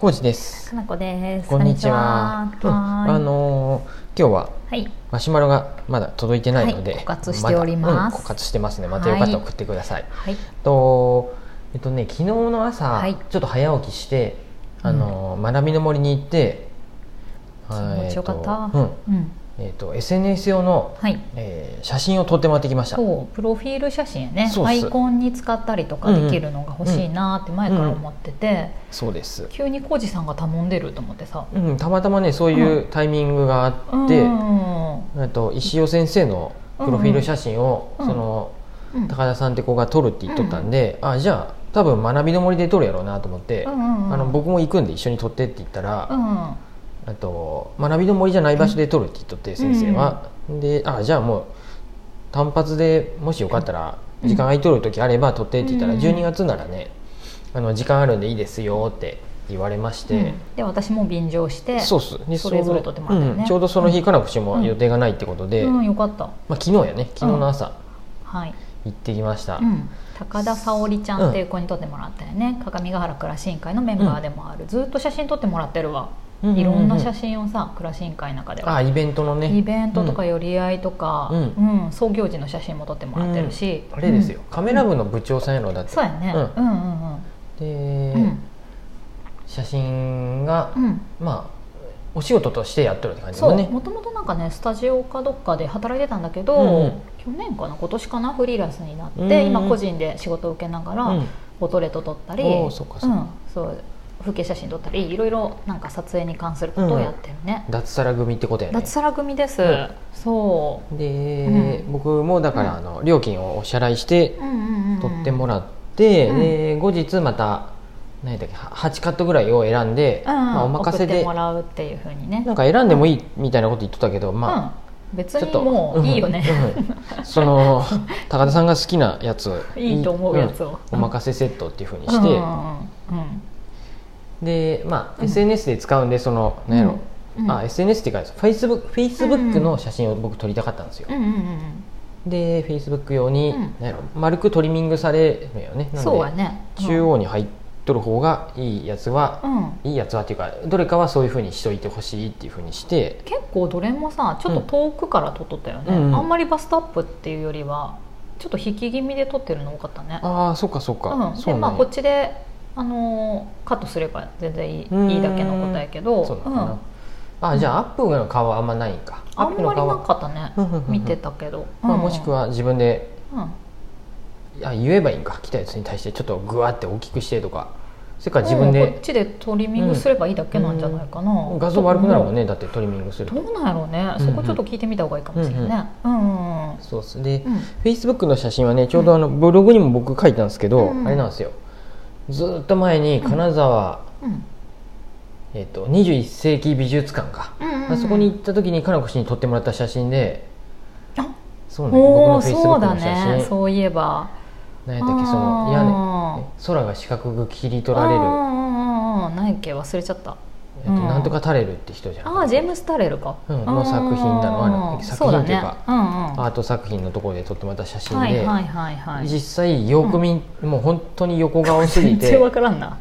コウジです。かなこです。こんにちは。こんにちはうんあのー今日ははい。マシュマロがまだ届いてないので、はい枯渇しておりますだうん枯渇してますね。またよかったら送ってください。はい。とえっとね昨日の朝、はいちょっと早起きしてあのー、学びの森に行って、気持ちよかっえた。っとうん。うん。えっと SNS 用の、はい。えー写真を撮ってもらってきました。そうプロフィール写真やねそうっアすイコンに使ったりとかできるのが欲しいなって前から思ってて、そうです。急に浩二さんが頼んでると思ってさうん、たまたまねそういうタイミングがあって、うんえっと石尾先生のプロフィール写真を、うんうんそのうん高田さんって子が撮るって言っとったんで、あじゃあ多分学びの森で撮るやろうなと思って、うんうんあの僕も行くんで一緒に撮ってって言ったうら、んあと学びの森じゃない場所で撮るって言っとって先生は、であじゃあもう単発でもしよかったらうん時間空いとる時あれば撮ってって言ったら、うん12月ならねあの時間あるんでいいですよって言われまして。うんで私も便乗してそうっすでそれぞれ撮ってもらったよねうんちょうどその日からもしも予定がないってことで、うんよかったまあ、昨日やね昨日の朝はい、行ってきました、うん、高田沙織ちゃんっていう子に撮ってもらったよね、鏡ヶ原暮らし委員会のメンバーでもある、ずっと写真撮ってもらってるわううういろんな写真をさ暮らし委員会の中であはイベントのねイベントとか寄り合いとか、ううんん創業時の写真も撮ってもらってるし、あれですよ、カメラ部の部長さんやろだうっんてそうやね、ううん、うんうんで、うん写真が、うんまあお仕事としてやってるって感じだそもんうねもともとなんかねスタジオかどっかで働いてたんだけど、うんうん去年かな今年かなフリーランスになって、うんうん今個人で仕事を受けながら、うんフォトレート撮ったりおーそうかそうかんそう風景写真撮ったりいろいろなんか撮影に関することをやってるね、脱サラ組ってことやね脱サラ組です、うんそで、僕もだからあの料金をお支払いしてう、うんうんうんうん、取ってもらって、うんで後日また何だっけ8カットぐらいを選んで、うんまあ、お任せ送っでてもらうっていうふうにねなんか選んでもいいみたいなこと言ってたけどまあ、うん、別ちょっにともういいよね、うんうんそ の高田さんが好きなやついいと思うやつをんお任せセットっていうふうにうんしうて、んうんでまあ、うん SNS で使うんでその何やろ、うんあ SNS っていうかフェイスブックフェイスブックの写真を僕撮りたかったんですよ、うんうんうんでフェイスブック用に、うん何やろ丸くトリミングされるよねうんなそうのやで、ねうん中央に入っとる方がいいやつはう、んいいやつはっていうかどれかはそういうふうにしといてほしいっていうふうにして結構どれもさちょっと遠くから撮っとったよね、うんうんあんまりバストアップっていうよりはちょっと引き気味で撮ってるの多かったねああそうかそうか、うん、そでうなまあんこやっちで、あのーカットすれば全然いいうんいいだけのことやけどそうなうのんかな、あじゃあアップの顔はあんまないんかあんアップのまり顔なはかったねうんうんうん見てたけど、まあ、もしくは、は自分でうんあ言えばいいんか来たやつに対してちょっとグワって大きくしてとかそれから自分うんこっでちでトリミングすればいいだけなんじゃないかな、画像悪くなるもんねねだってトリミングするどとうなんやろうね、うんうんそこちょっと聞いてみた方がいいかもしれないねうんうんうんそうっすで、うんフェイスブックの写真はねちょうどあのブログにも僕書いたんですけど、うんあれなんですよずーっと前に金沢、うんえっと21世紀美術館か、うんうんうんあそこに行った時にかなこ氏に撮ってもらった写真であそうね僕おのおフェイスブッそうクのだ写真、ねそういえば何やったっけその屋あー根え空が四角く切り取られる、ああ何やっけ忘れちゃったえっとうんなんとかタレルって人じゃんああジェームス・タレルかうんの作品なのあのん作品っていうかそうだねうんうんアート作品のところで撮ってもらった写真はで、いはいはいはい実際よく見、もう本当に横顔すぎ全 て然わもからんな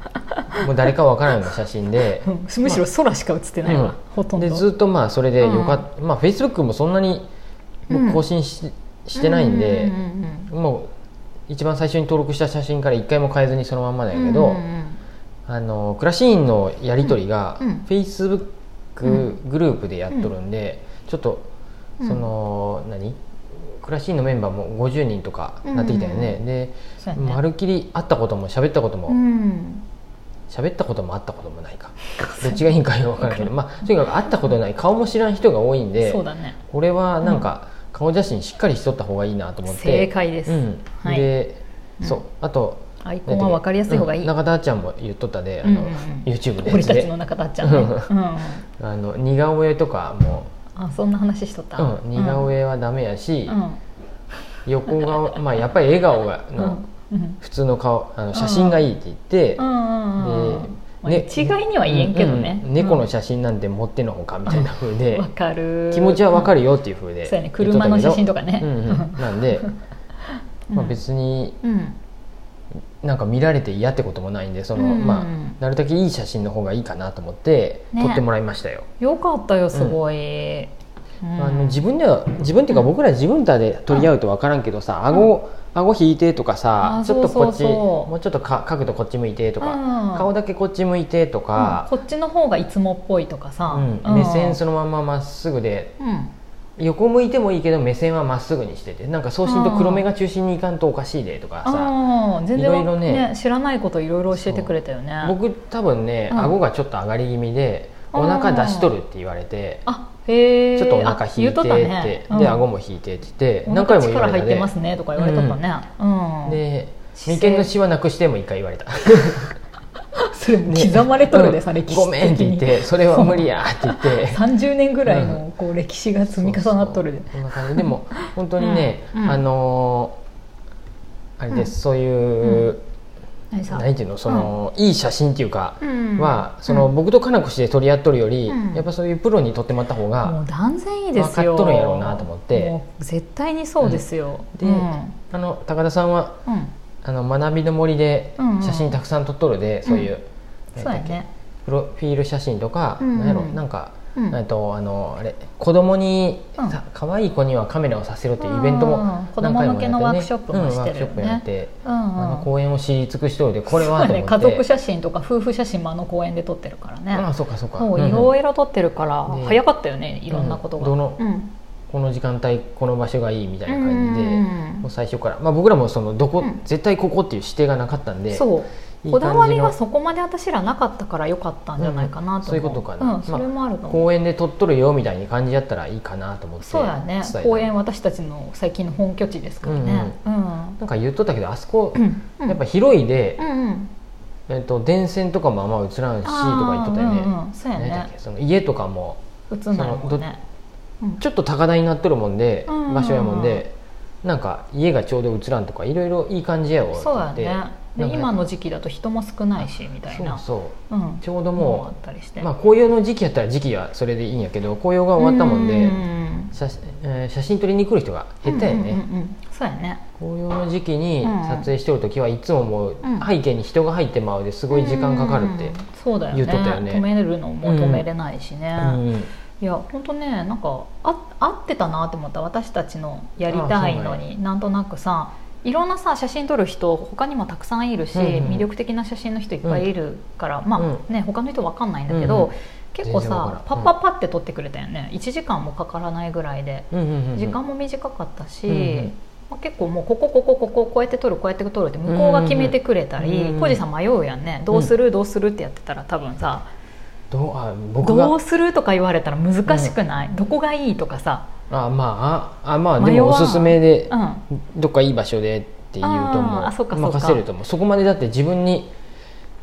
う誰かわからんような写真 でうんむしろ空しか写ってないわ、うんほとんどでずっとまあそれでよかった、まあフェイスブックもそんなにうん僕更新し,、してないんでう、んもう一番最初に登録した写真から一回も変えずにそのまんまだうんうんけど、うんうんあのクラシーンのやり取りが、うんうん Facebook グループでやっとるんで、ちょっとうんその、何クラシーンのメンバーも50人とかなってきたよね、うでそうやねまるっきり会ったことも喋ったことうもん喋、ったことも会ったこともないかどっちがいいんかよく分から ないけど、まあ、とにかく会ったことない顔も知らん人が多いんでそうだねこれはなんか顔写真しっかりしとった方がいいなと思って正解です、うんはいで、うんそうあとアイコンは分かりやすい方がいい、うん中田あっちゃんも言っとったで、あうのんうんうん YouTube のや俺つたちでの中だっちゃうね、ううんうん、あの似顔絵とかも、あそんな話しとった、うん、似顔絵はダメやし、うん、うん横顔まあやっぱり笑顔がのうん普通の顔あの写真がいいって言って、うんうんうんまあね一概には言えんけどね、うんうん猫の写真なんて持ってのほかみたいな風 で、わかる気持ちはわかる、るよっていう風でうんそうやね車の写真とかね うんうんなんで、うんまあ、別にうんなんか見られて嫌ってこともないんでその、うんまあ、なるだけいい写真の方がいいかなと思って、ね撮ってもらいましたよ、よかったよすごい、うんあの自分では自分っていうか僕ら自分たで取り合うと分からんけどさ、顎顎引いてとかさあちょっとこっちそうそうそうもうちょっとか角度こっち向いてとか、うん顔だけこっち向いてとか、うんこっちの方がいつもっぽいとかさ、うんうん目線そのまままっすぐでうん横向いてもいいけど目線はまっすぐにしててなんか送信と黒目が中心にいかんとおかしいでとかさ、あー全然わいろいろね知らないこといろいろ教えてくれたよね僕多分ね、うん顎がちょっと上がり気味でうんお腹出しとるって言われて。あへえちょっとお腹引いてって、で顎も引いてって言って何回も言わ力れ入たっでてますねとか言われとったね、うんで姿勢眉間のシワなくしても一回言われたそれ 刻まれとるで、うんさ歴ご史的にめんって言ってそれは無理やって言って30年ぐらいのこう歴史 が積み重なっとるでそうそうそんな感じでも本当にね、うんうんあのーあれです、そういう、何さなんていうのその、いい写真っていうか、うんはその、うん僕とかなこしで取り合っとるより、うんやっぱそういうプロに撮ってもらった方が、もう断然いいです分かよっとるんやろうなと思ってもう絶対にそうですよ、で、うんあの高田さんはうんあの学びの森でうんうん写真たくさん撮っとるで、そういう、そうなんやだっけねプロフィール写真とか、うんうんなんやろなんか、うんえっとあのあれ子供に、うんさ可愛い子にはカメラをさせろっていうイベントもうん何子回も供向けのやっワークショップもしてうんワークるよねショップやって、うんうんあの公園を知り尽くしとるでこれはそうとや思っねて、家族写真とか夫婦写真もあの公園で撮ってるからね、ああそうかそうか、もうんううんいろいろ撮ってるから、ね早かったよねいろんなことが、ううんんどのこの時間帯この場所がいいみたいな感じで、うんもう最初から、まあ、僕らもそのどこ、うん絶対ここっていう指定がなかったんでそういい感じのこだわりがそこまで私らなかったから良かったんじゃないかなと思う、うんそういうことかなうんそれもあると思う、公園で撮っとるよみたいに感じやったらいいかなと思ってそうやね伝えた公園私たちの最近の本拠地ですからねうん、うんなんか言っとったけどあそこ、うんやっぱ広いで、うんうんえっと、電線とかもあんま映らんしとか言っとったよね,、あーうんうんそうやね何だっけその家とかも映んないもんねうんちょっと高台になっとるもんで、うんうんうん場所やもんでなんか家がちょうど映らんとかいろいろいい感じやわそうやってねなでんか今の時期だと人も少ないしみたいな、そうん、ちょうどもうあったりして、うまあ紅葉の時期やったら時期はそれでいいんやけど紅葉が終わったもんでうん写,、えー写真撮りに来る人が減ったよね、うんうんうんうんそうやね紅葉の時期にうん撮影してる時はいつももううん背景に人が入ってまうですごい時間かかるってうん、そうだよ言ねうとったよね止めれるのも止めれないしね、うんいや本当ねなんかあ合ってたなって思った私たちのやりたいのあそうなんになんとなくさいろんなさ写真撮る人他にもたくさんいるし、うんうん魅力的な写真の人いっぱいいるから、まあ、うね他の人わかんないんだけうんど、うん結構全然わからんさパッパッパって撮ってくれたよね、1時間もかからないぐらいで、うんうんうんうん時間も短かったし、うんうんまあ、結構もうこここここここうやって撮るこうやって撮るって向こうが決めてくれたり、うんうんうんコージさん迷うやんねどうするどうするってやってたら多分さ、どうあ僕がどうするとか言われたら難しくない、どこがいいとかさ、あまああまあで迷もわおんすすめでうん、どっかいい場所でって言うともあーそっかそっか任せると思うそこまでだって自分に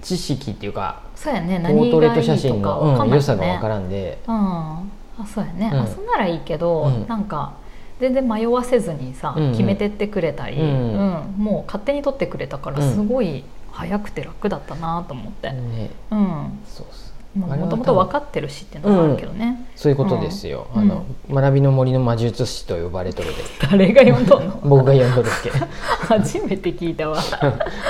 知識っていうかそうやねポ何ートレーがトいいと写真かの、わかうんん、ない良よさがね分からんでうんあそうやね、うんあそうならいいけど、うんなんか全然迷わせずにさ、うんうん決めてってくれたり、ううんんもう勝手に撮ってくれたからうんすごい早くて楽だったなと思って、ねうんそうっすまああれはも多と分もと分かってるしっていうのもあるけどね、そういうことですよ、うんあの学びの森の魔術師と呼ばれとるで誰が読んどん の僕が呼んどるっけ初めて聞いたわ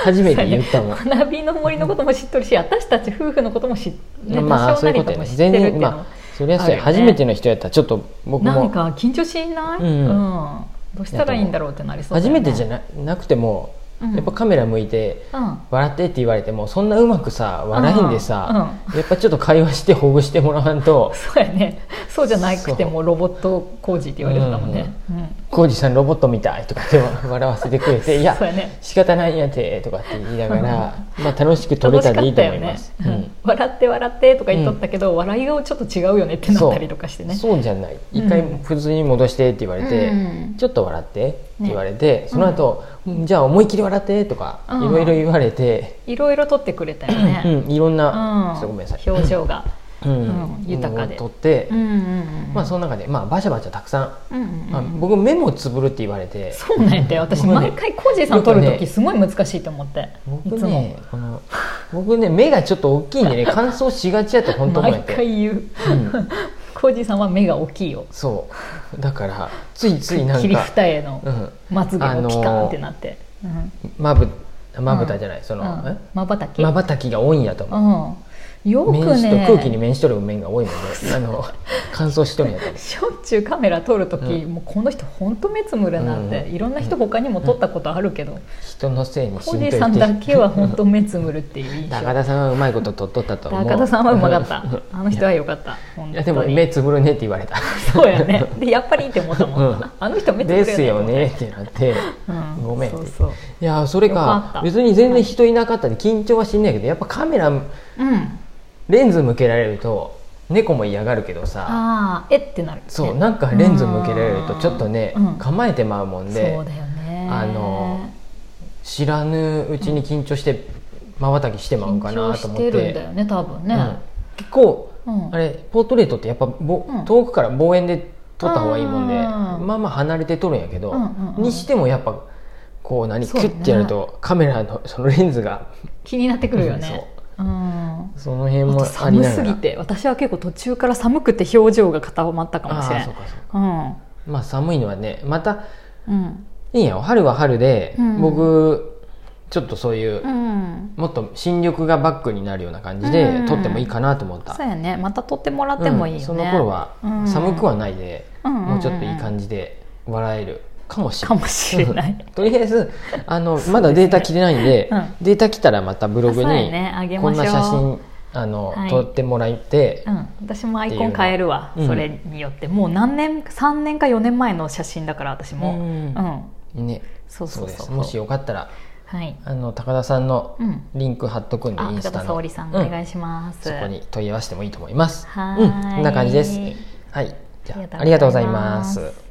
初めて言った もん花火の森のことも知っとるし私たち夫婦のことも知っ、ね、まあ多少そうないうことりとやもね知ってる全っていう然のまあそりゃそうや、あるよね初めての人やったらちょっと僕なんもか緊張しない、ううんんどうしたらいいんだろうってなりそうだ初よね、めてじゃないななくてもうんやっぱカメラ向いてうん笑ってって言われてもそんなうまくさ笑えんでさ、うやっぱちょっと会話してほぐしてもらわんとそうやねそうじゃなくてもロボット工事って言われてたもんね、うん浩二さんロボットみたいとかって 笑わせてくれて「いやそうやね仕方ないんやて」とかって言いながら、まあ、楽しく撮れ楽たしらかいっいとた思よいまねす。、ううんん笑って笑ってとか言っとったけど、笑い顔ちょっと違うよねってなったりとかしてねそうじゃない一回うん普通に戻してって言われて、うんちょっと笑ってって言われて、その後、うんじゃあ思いっきり笑って」とかうんいろいろ言われて、いろいろ撮ってくれたようね、んいろんうな、ちんょっとごめんなさい、表 情が、うんうん豊かで撮って、うんうんうんまあ、その中で、まあ、バシャバシャたくさんうんうんうんまあ、僕目もつぶるって言われてそうなんやって私僕ね毎回コージーさん撮るよくね時すごい難しいと思ってい僕つもねこの僕ね目がちょっと大きいんでね乾燥しがちやと本当思うや毎って回言ううん コージーさんは目が大きいよそうだからついついなん切りか二重のうんまつげあのーもピカンってなって、うんまぶまぶたじゃない、そのまばたきまばたきが多いんやと思う、うん、よく面子とね空気に面しとる面が多いもんであ の乾燥しとるんやと思うしょっちゅうカメラ撮る時、うもうこの人本当目つむるなって、うんいろんな人他にも撮ったことあるけど、人のせいにしおんといじてさんだけは本当目つむるっていう印象高田さんはうまいこと取っとったと思う高田さんはうまかったあの人は良かった本当に いやでも目つぶるねって言われたそうやねでやっぱりいいって思ったもん、うんあの人目つぶるでねすよねってなってうん、ごめんそうそういやそれよかっかた別に全然人いなかったんで緊張はしんないけどやっぱカメラうんレンズ向けられると猫も嫌がるけどさああえってなる、ね、そうなんかレンズ向けられるとちょっとねうん構えてまうもんでそうだよねあの知らぬうちに緊張してまばたきしてまうんか緊張なとし思っててるんだよね多分ね、うん結構うんあれポートレートってやっぱぼ、うん遠くから望遠で撮った方がいいもんであーまあまあ離れて撮るんやけど、うんうんうんにしてもやっぱこう何、そキうュねッてやるとカメラの そのレンズが気になってくるよね、うんその辺あもとあり寒ながらすぎて私は結構途中から寒くて表情が固まったかもしれああなそういかそうかうんまあ寒いのはねまたうんいいんやよ春は春で、うん僕ちょっとそういう、うんもっと新緑がバックになるような感じで、うん撮ってもいいかなと思ったそうやねまた撮ってもらってもいいよね、うんその頃は寒くはないで、うんもうちょっといい感じで笑えるかもしれかないもしれない、 とりあえずあの、まだデータ来てないんで、うんデータ来たらまたブログあそうに、やねあげこまんしょうな写真あの、はい撮ってもらって、うん、私もアイコン変えるわ、っていうのそれによってもう何年3年か4年前の写真だから私も、ううんんねそうそうそうですもしよかったらはい、あの高田さんのうん、リンク貼っとくんで、あイン高スタ田の沙織さん、うお願いしますそこに問い合わせてもいいと思いますはーういんこんな感じですはいじゃああありりががとうござとうございいまますす